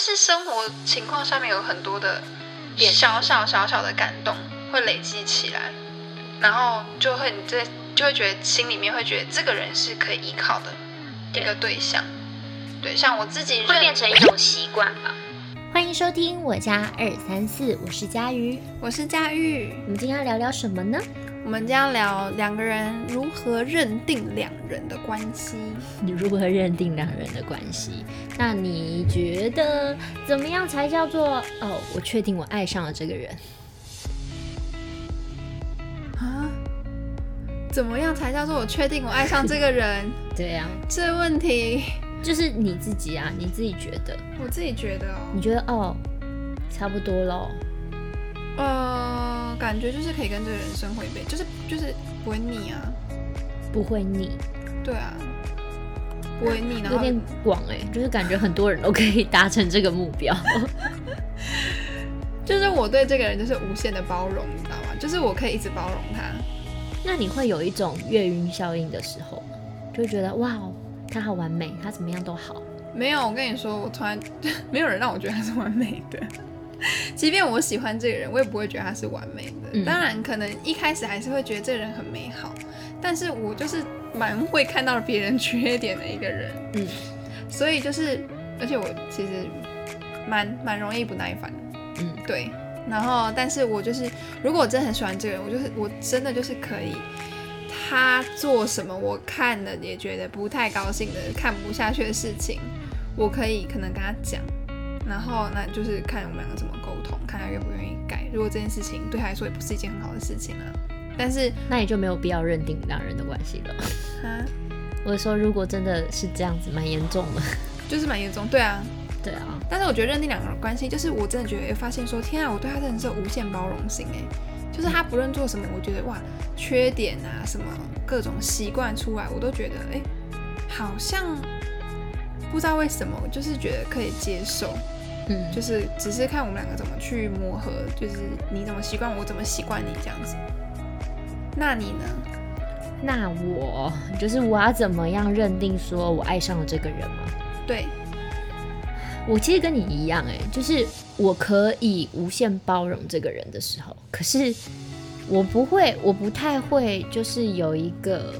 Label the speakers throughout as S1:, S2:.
S1: 是生活情况上面有很多的小小小小的感动会累积起来，然后就会你这就会觉得心里面会觉得这个人是可以依靠的一个对象。对，像我自己认
S2: 会变成一种习惯吧。
S3: 欢迎收听我家二三四，我是佳瑜。
S4: 我是佳玉，
S3: 我们今天要聊聊什么呢？
S4: 我们将聊两个人如何认定两人的关系。
S3: 你如何认定两人的关系？那你觉得怎么样才叫做哦？我确定我爱上了这个人。
S4: 啊，怎么样才叫做我确定我爱上这个人？
S3: 对啊呀、
S4: 这问题
S3: 就是你自己啊，你自己觉得，
S4: 我自己觉得
S3: 你
S4: 哦，
S3: 觉得哦，差不多咯。
S4: 呃，感觉就是可以跟这个人生活一辈子，就是就是不会腻啊，
S3: 不会腻，
S4: 对啊，不会腻，然
S3: 有
S4: 后
S3: 点广哎、就是感觉很多人都可以达成这个目标。
S4: 就是我对这个人就是无限的包容，你知道吗？就是我可以一直包容他，
S3: 那你会有一种月晕效应的时候吗，就会觉得哇，哦他好完美，他怎么样都好。
S4: 没有，我跟你说，我从来 没有人让我觉得他是完美的。 即便我喜欢这个人，我也不会觉得他是完美的。
S3: 嗯
S4: 当然，可能一开始还是会觉得这个人很美好，但是我就是蛮会看到别人缺点的一个人。
S3: 嗯，
S4: 所以就是，而且我其实蛮蛮容易不耐烦。
S3: 嗯，
S4: 对。然后，但是我就是，如果我真的很喜欢这个人，我就是我真的就是可以，他做什么我看了也觉得不太高兴的、看不下去的事情，我可以可能跟他讲，然后那就是看我们两个怎么沟通，看他愿不愿意改。如果这件事情对他来说也不是一件很好的事情啊，但是
S3: 那也就没有必要认定两人的关系了。
S4: 啊，
S3: 我说，如果真的是这样子，蛮严重的。
S4: 就是蛮严重，对啊，
S3: 对啊，
S4: 但是我觉得认定两个人关系，就是我真的觉得发现说，天啊，我对他真的是有无限包容性哎，就是他不论做什么，我觉得哇，缺点啊什么各种习惯出来，我都觉得哎，好像不知道为什么，就是觉得可以接受，
S3: 嗯，就
S4: 就是只是看我们两个怎么去磨合，就是你怎么习惯我，怎么习惯你这样子。那你呢？
S3: 那我就是我要怎么样认定说我爱上了这个人吗？
S4: 对，
S3: 我其实跟你一样、欸，就是我可以无限包容这个人的时候，可是我不会，我不太会，就是有一个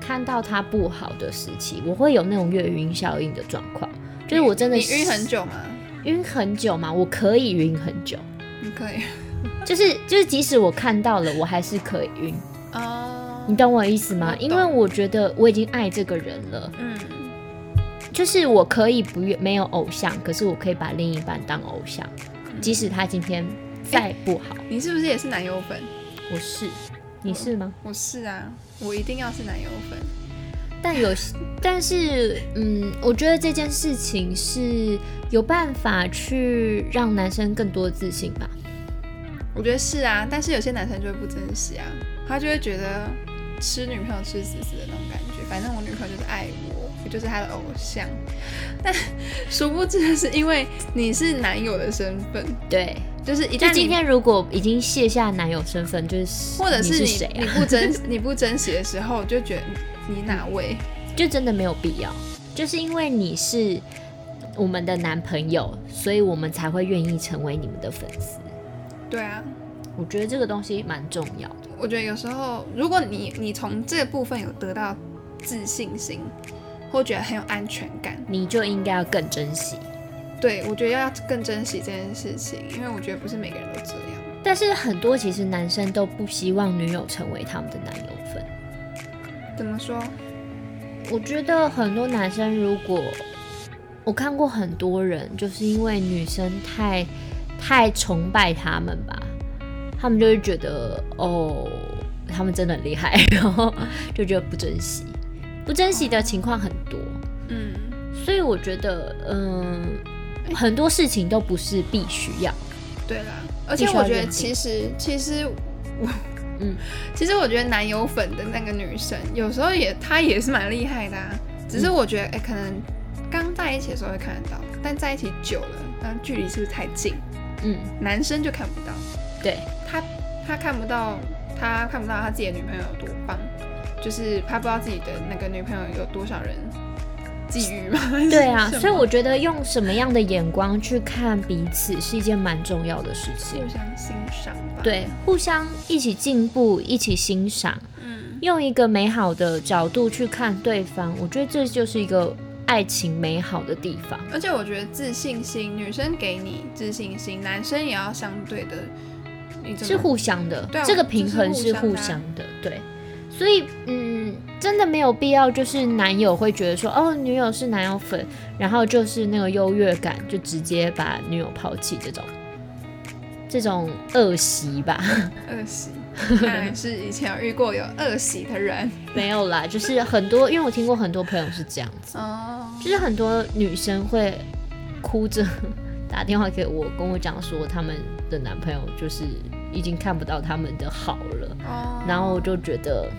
S3: 看到他不好的时期，我会有那种月晕效应的状况，就是我真的
S4: 你晕很久吗？
S3: 晕很久嘛，我可以晕很久，
S4: 你可以
S3: 就是就是即使我看到了，我还是可以晕，
S4: 哦，
S3: 你懂我的意思吗
S4: 我？懂
S3: 因为我觉得我已经爱这个人了，
S4: 嗯，
S3: 就是我可以不愿没有偶像，可是我可以把另一半当偶像，即使他今天再不好，
S4: 你是不是也是男友粉？
S3: 我是，你是吗？
S4: 我是啊，我一定要是奶油粉。
S3: 但有，但是，嗯，我觉得这件事情是有办法去让男生更多自信吧。
S4: 我觉得是啊，但是有些男生就会不珍惜啊，他就会觉得吃女朋友吃死死的那种感觉。反正我女朋友就是爱我，我就是她的偶像。但 殊不知的是因为你是男友的身份，
S3: 对，
S4: 就是一
S3: 就
S4: 旦你
S3: 今天如果已经卸下男友身份，就是
S4: 或者
S3: 你
S4: 是
S3: 是
S4: 你
S3: 谁啊
S4: 你？不珍你不珍惜的时候，就觉得你哪位？
S3: 就真的没有必要，就是因为你是我们的男朋友，所以我们才会愿意成为你们的粉丝。
S4: 对啊，
S3: 我觉得这个东西蛮重要的。
S4: 我觉得有时候，如果你你从这部分有得到自信心，或觉得很有安全感，
S3: 你就应该要更珍惜。
S4: 对，我觉得要更珍惜这件事情，因为我觉得不是每个人都这样。
S3: 但是很多其实男生都不希望女友成为他们的男友粉。
S4: 怎么说？
S3: 我觉得很多男生如果我看过很多人，就是因为女生太太崇拜他们吧，他们就会觉得哦，他们真的很厉害，然后就觉得不珍惜，不珍惜的情况很多。
S4: 嗯，
S3: 所以我觉得，嗯，很多事情都不是必须要。
S4: 对啦。而
S3: 必
S4: 且
S3: 须要
S4: 我觉
S3: 认
S4: 得，
S3: 定
S4: 其实其实我，
S3: 嗯
S4: 嗯， 其实我觉得男友粉的那个女生，有时候也她也是蛮厉害的啊。只
S3: 嗯
S4: 是我觉得，哎、可能刚在一起的时候会看得到，但在一起久了，那距离是不是太近，
S3: 嗯，
S4: 男生就看不到。
S3: 对，
S4: 他他看不到，他看不到他自己的女朋友有多棒，就是他不知道自己的那个女朋友有多少人觊觎吗？
S3: 对啊，所以我
S4: 就
S3: 觉得用什么样的眼光去看彼此是一件蛮重要的事情
S4: 互。相欣赏吧。，
S3: 对，互相一起进步，一起欣赏，
S4: 嗯，
S3: 用一个美好的角度去看对方，我觉得这就是一个爱情美好的地方。
S4: 而且我觉得自信心，女生给你自信心，男生也要相对的，你怎么
S3: 是互相的，
S4: 对啊
S3: 这个平衡
S4: 就是
S3: 是
S4: 互
S3: 互
S4: 相啊
S3: 相的，对。所以，嗯，真的没有必要，就是男友会觉得说，哦，女友是男友粉，然后就是那个优越感，就直接把女友抛弃这种，这种恶习吧。
S4: 恶习，看来是以前有遇过有恶习的 人
S3: 没有啦，就是很多，因为我听过很多朋友是这样子，
S4: 哦。
S3: 就是很多女生会哭着 打电话给我，跟我讲说他们的男朋友就是已经看不到他们的好了，
S4: 哦，
S3: 然后我就觉得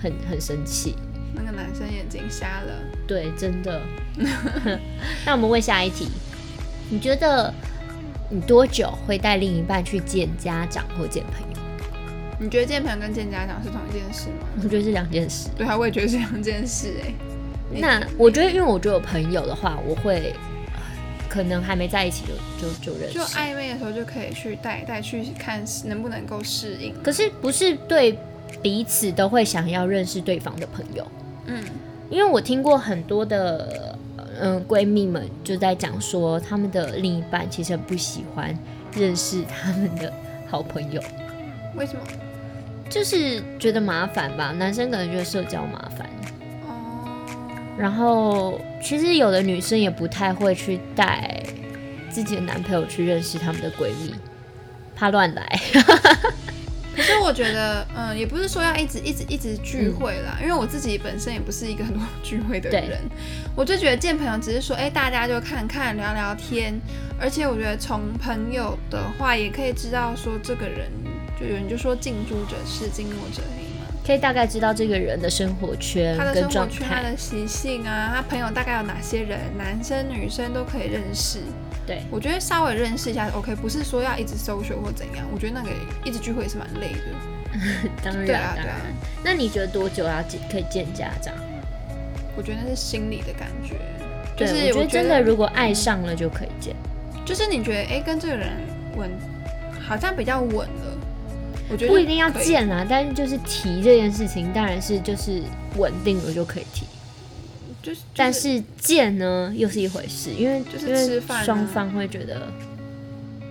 S3: 很很生气。
S4: 那个男生眼睛瞎了，
S3: 对，真的。那我们问下一题，你觉得你多久会带另一半去见家长或见朋友？
S4: 你觉得见朋友跟见家长是同一件事吗？
S3: 我觉得是两件事。
S4: 对啊，我也觉得是两件事哎、 你
S3: 那我觉得，因为我觉得有朋友的话，我会呃可能还没在一起就就就认识，
S4: 就暧昧的时候就可以去带带去看能不能够适应。
S3: 可是不是对彼此都会想要认识对方的朋友。
S4: 嗯，
S3: 因为我听过很多的嗯闺蜜们就在讲说，她们的另一半其实很不喜欢认识他们的好朋友。
S4: 为什么？
S3: 就是觉得麻烦吧，男生可能觉得社交麻烦，
S4: 哦，
S3: 然后其实有的女生也不太会去带自己的男朋友去认识她们的闺蜜，怕乱来。
S4: 可是我觉得，嗯，也不是说要一直一直一直聚
S3: 嗯
S4: 会啦，因为我自己本身也不是一个很多 聚会的人，我就觉得见朋友只是说，哎、大家就看看聊聊天，而且我觉得从朋友的话也可以知道说这个人，就有人就说近朱者赤，近墨者黑嘛。
S3: 可以大概知道这个人的生活圈
S4: 他的
S3: 嗯跟
S4: 生活
S3: 状
S4: 圈、他
S3: 态，
S4: 的习性啊，他朋友大概有哪些人，男生女生都可以认识。
S3: 对，
S4: 我觉得稍微认识一下，OK，不是说要一直搜寻或怎样，我觉得那个一直聚会也是蛮累的。
S3: 当
S4: 对啊
S3: 然嗯
S4: 对啊
S3: 当然。那你觉得多久要见可以见家长？
S4: 我觉得那是心理的感觉，就
S3: 对，
S4: 是
S3: 我觉
S4: 我
S3: 得真的，如果爱上了就可以见。
S4: 就是你觉得哎、诶跟这个人稳，好像比较稳了。我觉得
S3: 不一定要
S4: 可以，
S3: 见啦，但是就是提这件事情，当然是就是稳定了就可以提。
S4: 就是
S3: 但是见呢又是一回事，因为
S4: 就是
S3: 因为
S4: 吃饭啊
S3: 双方会觉得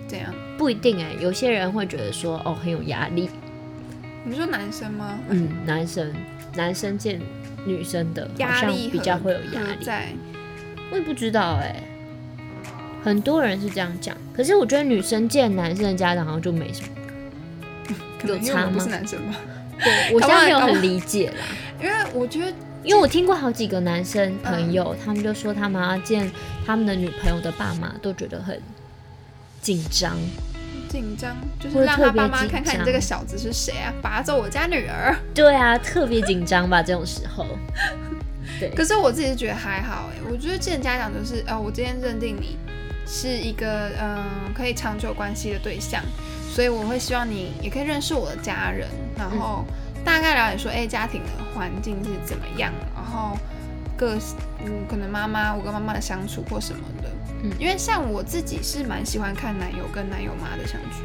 S4: 怎样？
S3: 不一定哎、有些人会觉得说哦很有压力，
S4: 你说男生吗？
S3: 嗯，男生男生见女生的好
S4: 压
S3: 像
S4: 力
S3: 比较
S4: 何
S3: 会有压
S4: 何
S3: 力，
S4: 在
S3: 我也不知道哎、很多人是这样讲，可是我觉得女生见男生的家长好像就没什么。
S4: 可能因为
S3: 差
S4: 我不
S3: 吗
S4: 是男生吧，
S3: 对，我现在没有很理解啦，
S4: 因为我觉得
S3: 因为我听过好几个男生朋友，他们就说他们要见他们的女朋友的爸妈，都觉得很紧张。
S4: 紧张，就
S3: 会
S4: 是让
S3: 特
S4: 他
S3: 别
S4: 爸妈
S3: 紧
S4: 看看你
S3: 张
S4: 这个小子是谁啊，拔走我家女儿。
S3: 对啊，特别紧张吧，这种时 候。对，
S4: 可是我自己是觉得还好哎、我觉得见家长就是，呃，我今天认定你是一个嗯、呃可以长久关系的对象，所以我会希望你也可以认识我的家人，然后
S3: 嗯
S4: 大概了解说，哎、家庭的环境是怎么样，然后个嗯，可能妈妈我跟妈妈的相处或什么的。
S3: 嗯
S4: 因为像我自己是蛮喜欢看男友跟男友妈的相处，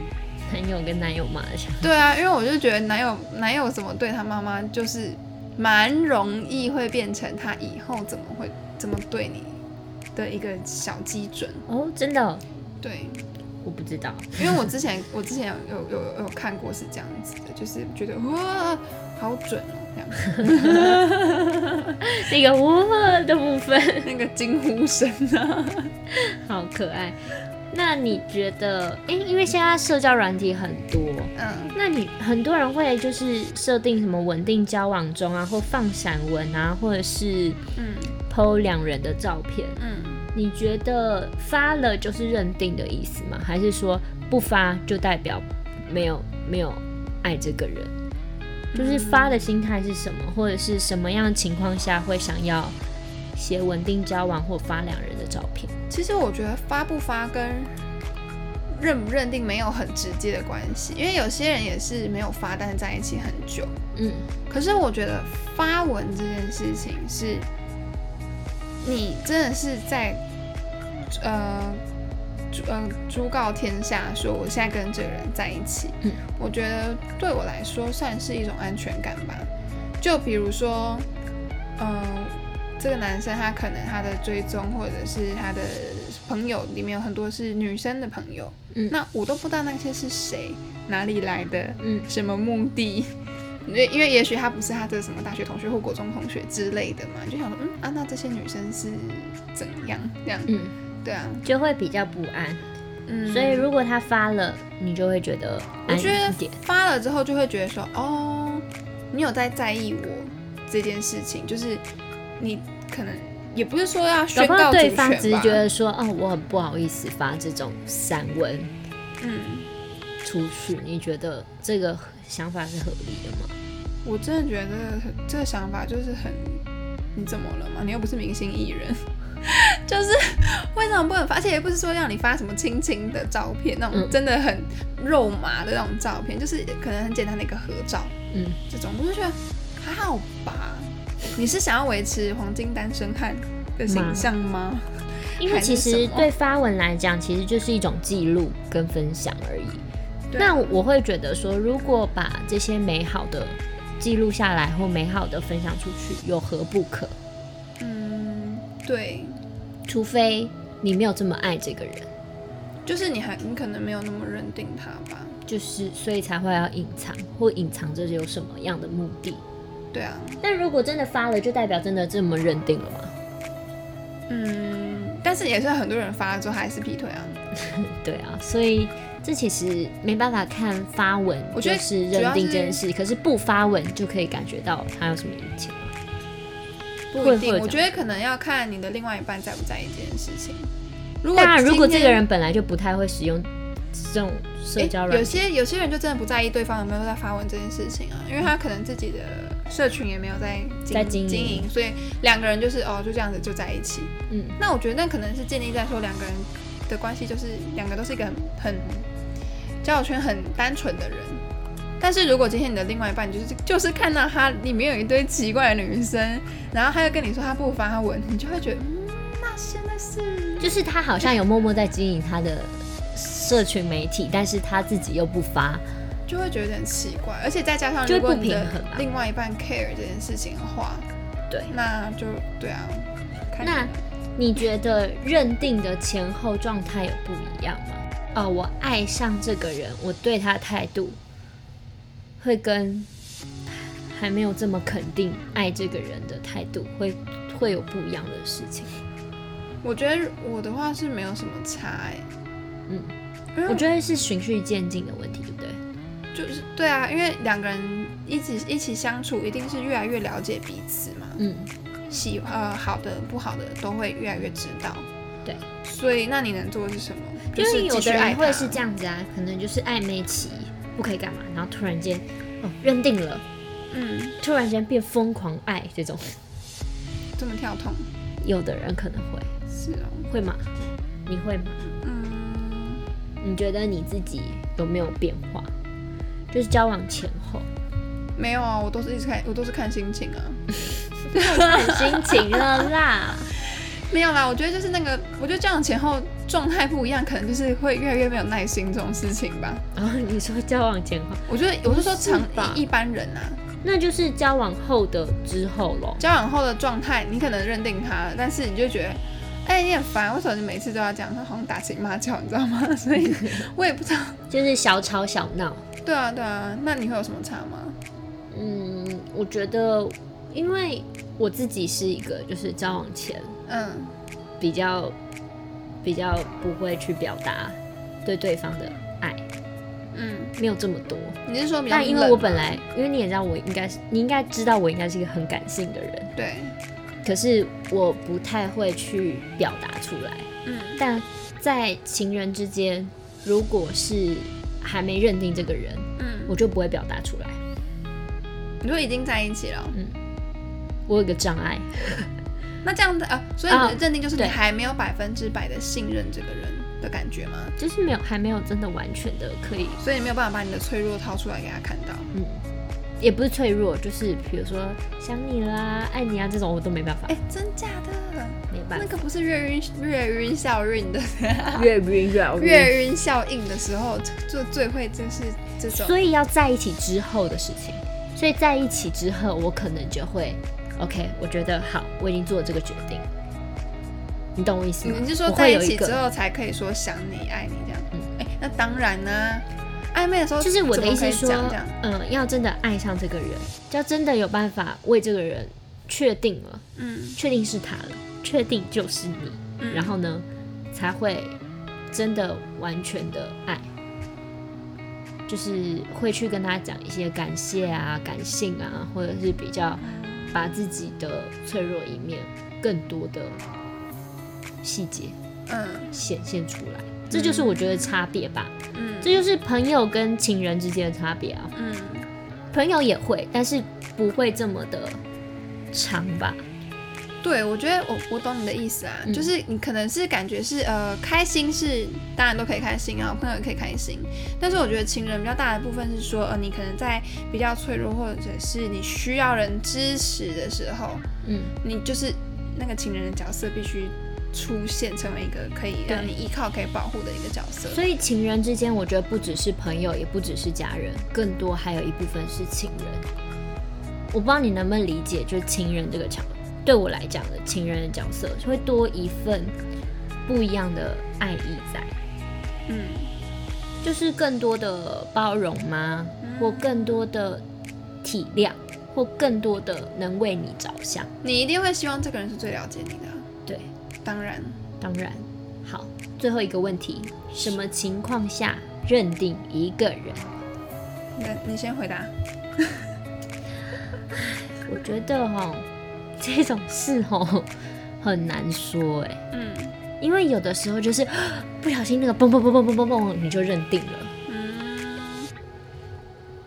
S3: 男友跟男友嘛，想
S4: 对啊，因为我就觉得男友男友怎么对他妈妈，就是蛮容易会变成他以后怎么会怎么对你的一个小基准。
S3: 哦，真的哦、
S4: 对，
S3: 我不知道。
S4: 因为我之前我之前有有有有看过是这样子的，就是觉得哇好准哦，这样子
S3: 那个哇的部分，
S4: 那个惊呼声啊，
S3: 好可爱。那你觉得，哎、因为现在社交软体很多，
S4: 嗯，
S3: 那你很多人会就是设定什么稳定交往中啊，或放闪文啊，或者是
S4: 嗯
S3: PO 两人的照片。啊
S4: 嗯，
S3: 你觉得发了就是认定的意思吗？还是说不发就代表没有没有爱这个人？就是发的心态是什么，或者是什么样的情况下会想要写稳定交往或发两人的照片？
S4: 其实我觉得发不发跟认不认定没有很直接的关系，因为有些人也是没有发，但是在一起很久。
S3: 嗯，
S4: 可是我觉得发文这件事情是，你真的是在呃主呃主告天下说我现在跟这个人在一起，
S3: 嗯，
S4: 我觉得对我来说算是一种安全感吧。就比如说，嗯、这个男生他可能他的追踪或者是他的朋友里面有很多是女生的朋友，
S3: 嗯
S4: 那我都不知道那些是谁，哪里来的，
S3: 嗯
S4: 什么目的。因为因为也许他不是他的什么大学同学或国中同学之类的嘛，你就想说，嗯啊，那这些女生是怎样这样？
S3: 嗯，
S4: 对啊，
S3: 就会比较不安。
S4: 嗯，
S3: 所以如果他发了，你就会觉得
S4: 我
S3: 安
S4: 觉
S3: 一
S4: 得
S3: 点。
S4: 发了之后就会觉得说，哦，你有在在意我这件事情，就是你可能也不是说要
S3: 搞
S4: 宣
S3: 不
S4: 告
S3: 好
S4: 主
S3: 对
S4: 权吧
S3: 方，只是觉得说，哦，我很不好意思发这种散文
S4: 嗯，
S3: 出去，你觉得这个想法是合理的吗？
S4: 我真的觉得这个想法就是很，你怎么了嘛？你又不是明星艺人， 就是为什么不能发？而且也不是说让你发什么亲亲的照片，那种
S3: 嗯
S4: 真的很肉麻的那种照片，就是可能很简单的一个合照
S3: 嗯，
S4: 这种，我就觉得还好吧。你是想要维持黄金单身汉的形象吗？
S3: 因为
S4: 还是
S3: 其实
S4: 什么
S3: 对发文来讲，其实就是一种记录跟分享而已。
S4: 对啊
S3: 那我会觉得说，如果把这些美好的记录下来或美好的分享出去，有何不可？
S4: 嗯，对，
S3: 除非你没有这么爱这个人，
S4: 就是你还你可能没有那么认定他吧？
S3: 就是所以才会要隐藏，或隐藏这有什么样的目的？
S4: 对啊，
S3: 但如果真的发了，就代表真的这么认定了吗？
S4: 嗯，但是也是很多人发了之后还是劈腿啊。
S3: 对啊，所以这其实没办法看发文，
S4: 我觉得
S3: 就是认定这件事，可是不发文就可以感觉到他有什么意见。
S4: 不
S3: 会
S4: 一
S3: 会
S4: 定，
S3: 这
S4: 我
S3: 样
S4: 觉得可能要看你的另外一半在不在意这件事情。如
S3: 当然，如果
S4: 今
S3: 这
S4: 天
S3: 个人本来就不太会使用这种社
S4: 诶
S3: 交软
S4: 有
S3: 件，
S4: 些有些人就真的不在意对方有没有在发文这件事情啊，因为他可能自己的社群也没有在经
S3: 在经营
S4: 经营，所以两个人就是哦就这样子就在一起。
S3: 嗯，
S4: 那我觉得那可能是建立在说两个人的关系就是两个都是一个很很交友圈很单纯的人。但是如果今天你的另外一半就是就是看到他里面有一堆奇怪的女生，然后他又跟你说他不发文，你就会觉得嗯，那现在是
S3: 就是他好像有默默在经营他的社群媒体，但是他自己又不发，
S4: 就会觉得有点奇怪，而且再加上
S3: 就会
S4: 如
S3: 不
S4: 果你的
S3: 平衡啊
S4: 另外一半 care 这件事情的话，
S3: 对。
S4: 那就对啊，看
S3: 那你觉得认定的前后状态有不一样吗？哦，我爱上这个人，我对他态度会跟还没有这么肯定爱这个人的态度会会有不一样的事情。
S4: 我觉得我的话是没有什么差哎、
S3: 嗯，
S4: 因为
S3: 我觉得是循序渐进的问题，对不对？
S4: 就是对啊，因为两个人一起一起相处，一定是越来越了解彼此嘛，
S3: 嗯，
S4: 喜呃好的不好的都会越来越知道。
S3: 对，
S4: 所以那你能做的是什么？就
S3: 因
S4: 是
S3: 为有
S4: 继续
S3: 的
S4: 爱
S3: 人会
S4: 他。
S3: 是这样子啊，可能就是暧昧期不可以干嘛，然后突然间哦认定了，
S4: 嗯，
S3: 突然间变疯狂爱这种，
S4: 这么跳痛
S3: 有的人可能会
S4: 是哦，
S3: 会吗？你会吗？
S4: 嗯，
S3: 你觉得你自己有没有变化？就是交往前后
S4: 没有啊，我都是一直看，我都是看心情啊。
S3: 心情了 啦。
S4: 没有啦，我觉得就是那个，我觉得这样前后状态不一样，可能就是会越来越没有耐心这种事情吧。
S3: 然后哦你说交往前后，
S4: 我觉得我是说
S3: 不是
S4: 常
S3: 吧
S4: 一一般人啊，
S3: 那就是交往后的之后咯。
S4: 交往后的状态，你可能认定他了，但是你就觉得，哎、你很烦，为什么你每次都要这样？他好像打情骂俏，你知道吗？ 所以我也不知道。
S3: 就是小吵小闹。
S4: 对啊，对啊，那你会有什么差吗？
S3: 嗯，我觉得，因为我自己是一个就是交往前
S4: 嗯
S3: 比较比较不会去表达对对方的爱，
S4: 嗯，
S3: 没有这么多。
S4: 你是说比较
S3: 但因为
S4: 冷
S3: 我
S4: 吗
S3: 本来，因为你也知道，我应该是你应该知道，我应该是一个很感性的人。
S4: 对，
S3: 可是我不太会去表达出来。
S4: 嗯
S3: 但在情人之间，如果是还没认定这个人，
S4: 嗯，
S3: 我就不会表达出来。
S4: 你说已经在一起了，
S3: 我有一个障碍，
S4: 那这样的啊，所以
S3: 啊
S4: 你的认定就是你
S3: 对
S4: 还没有百分之百的信任这个人的感觉吗？
S3: 就是没有还没有真的完全的可以，
S4: 所以你没有办法把你的脆弱掏出来给他看到。
S3: 嗯，也不是脆弱，就是比如说想你啦、爱你啊这种，我都没办法，
S4: 哎、真假的？
S3: 没办
S4: 那
S3: 法。
S4: 个不是月晕月晕效应的，
S3: 越晕越晕，
S4: 月晕效应的时候，就最会就是这种。
S3: 所以要在一起之后的事情。所以在一起之后，我可能就会，OK，我觉得好，我已经做了这个决定。你懂我意思吗？
S4: 你是说
S3: 我
S4: 在
S3: 会有
S4: 一
S3: 一
S4: 起
S3: 个
S4: 之后才可以说想你、爱你这样？
S3: 嗯
S4: 哎、那当然呢、暧昧的时候
S3: 就是我的意思是说
S4: 怎么可以讲这样，
S3: 嗯，要真的爱上这个人，要真的有办法为这个人确定了，
S4: 嗯，
S3: 确定是他了，确定就是你，
S4: 嗯
S3: 然后呢，才会真的完全的爱，就是会去跟他讲一些感谢啊、感性啊，或者是比较把自己的脆弱一面更多的细节
S4: 嗯
S3: 显现出来，这就是我觉得差别吧，
S4: 嗯
S3: 这就是朋友跟情人之间的差别啊。
S4: 嗯，
S3: 朋友也会，但是不会这么的长吧？
S4: 对，我觉得我我懂你的意思啊，
S3: 嗯
S4: 就是你可能是感觉是呃开心是当然都可以开心啊，朋友也可以开心，但是我觉得情人比较大的部分是说，呃，你可能在比较脆弱或者是你需要人支持的时候，
S3: 嗯，
S4: 你就是那个情人的角色必须出现，成为一个可以让你依靠、可以保护的一个角色。
S3: 所以情人之间，我觉得不只是朋友，也不只是家人，更多还有一部分是情人。我不知道你能不能理解，就是情人这个角，对我来讲的情人的角色会多一份不一样的爱意在，
S4: 嗯
S3: 就是更多的包容吗？或更多的体谅，或更多的能为你着想。
S4: 你一定会希望这个人是最了解你的啊、
S3: 对，
S4: 当然，
S3: 当然，好，最后一个问题，什么情况下认定一个人？
S4: 那你先回答。
S3: 我觉得哈，这种事哦很难说哎，
S4: 嗯
S3: 因为有的时候就是不小心那个嘣嘣嘣嘣嘣嘣嘣，你就认定了，
S4: 嗯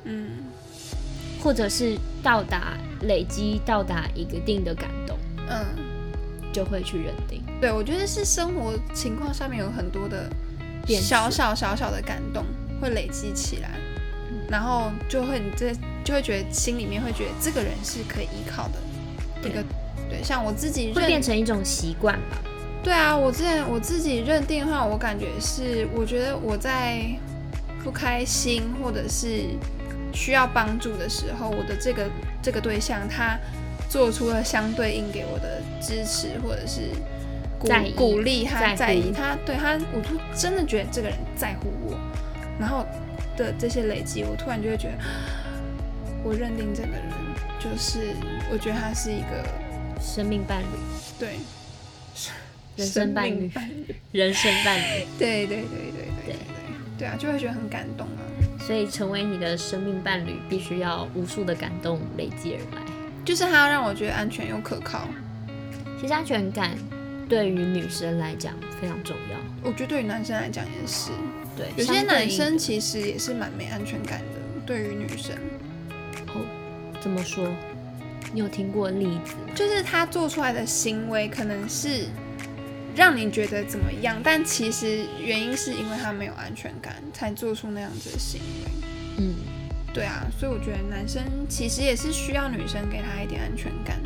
S4: 嗯
S3: 或者是到达累积到达一个定的感动，
S4: 嗯，
S3: 就会去认定。
S4: 对，我觉得是生活情况上面有很多的
S3: 变数
S4: 小小小小的感动会累积起来，然后就会你这就会觉得心里面会觉得这个人是可以依靠的一个。对，像我自己认
S3: 会变成一种习惯吧，
S4: 对啊，我之前我自己认定的话，我感觉是，我觉得我在不开心或者是需要帮助的时候，我的这个这个对象他做出了相对应给我的支持或者是鼓
S3: 在意
S4: 鼓励
S3: 在
S4: 他
S3: 乎
S4: 在意他对他，我就真的觉得这个人在乎我，然后的这些累积，我突然就会觉得，我认定这个人就是，我觉得他是一个
S3: 生命伴侣、
S4: 对
S3: 人生伴侣
S4: 生命、
S3: 人生伴侣，
S4: 对对对对对对对，对啊，就会觉得很感动啊。
S3: 所以成为你的生命伴侣，必须要无数的感动累积而来。
S4: 就是它让我觉得安全又可靠，
S3: 其实安全感对于女生来讲非常重要。
S4: 我觉得对于男生来讲也是，
S3: 对，
S4: 有些
S3: 相对
S4: 男
S3: 于
S4: 生其实也是蛮没安全感的。对于女生，
S3: 哦，怎么说？你有听过例子吗？
S4: 就是他做出来的行为可能是让你觉得怎么样，但其实原因是因为他没有安全感才做出那样子的行为。
S3: 嗯，
S4: 对啊，所以我觉得男生其实也是需要女生给他一点安全感。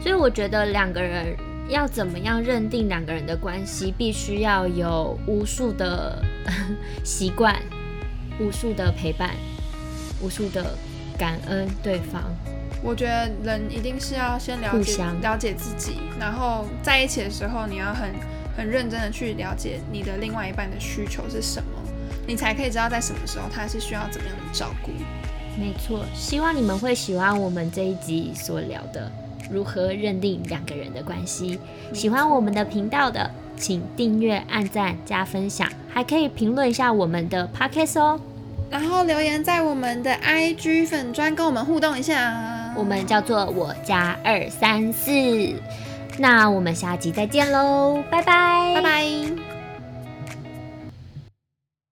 S3: 所以我觉得两个人要怎么样认定两个人的关系，必须要有无数的 习惯，无数的陪伴，无数的感恩对方。
S4: 我觉得人一定是要先了
S3: 互
S4: 解
S3: 相
S4: 了解自己，然后在一起的时候，你要很很认真的去了解你的另外一半的需求是什么，你才可以知道在什么时候他是需要怎么样的照顾。
S3: 没错，希望你们会喜欢我们这一集所聊的如何认定两个人的关系。喜欢我们的频道的，请订阅、按赞、加分享，还可以评论一下我们的 podcast 哦。
S4: 然后留言在我们的 IG 粉砖跟我们互动一下。
S3: 我们叫做我家二三四，那我们下集再见喽，拜拜，
S4: 拜拜。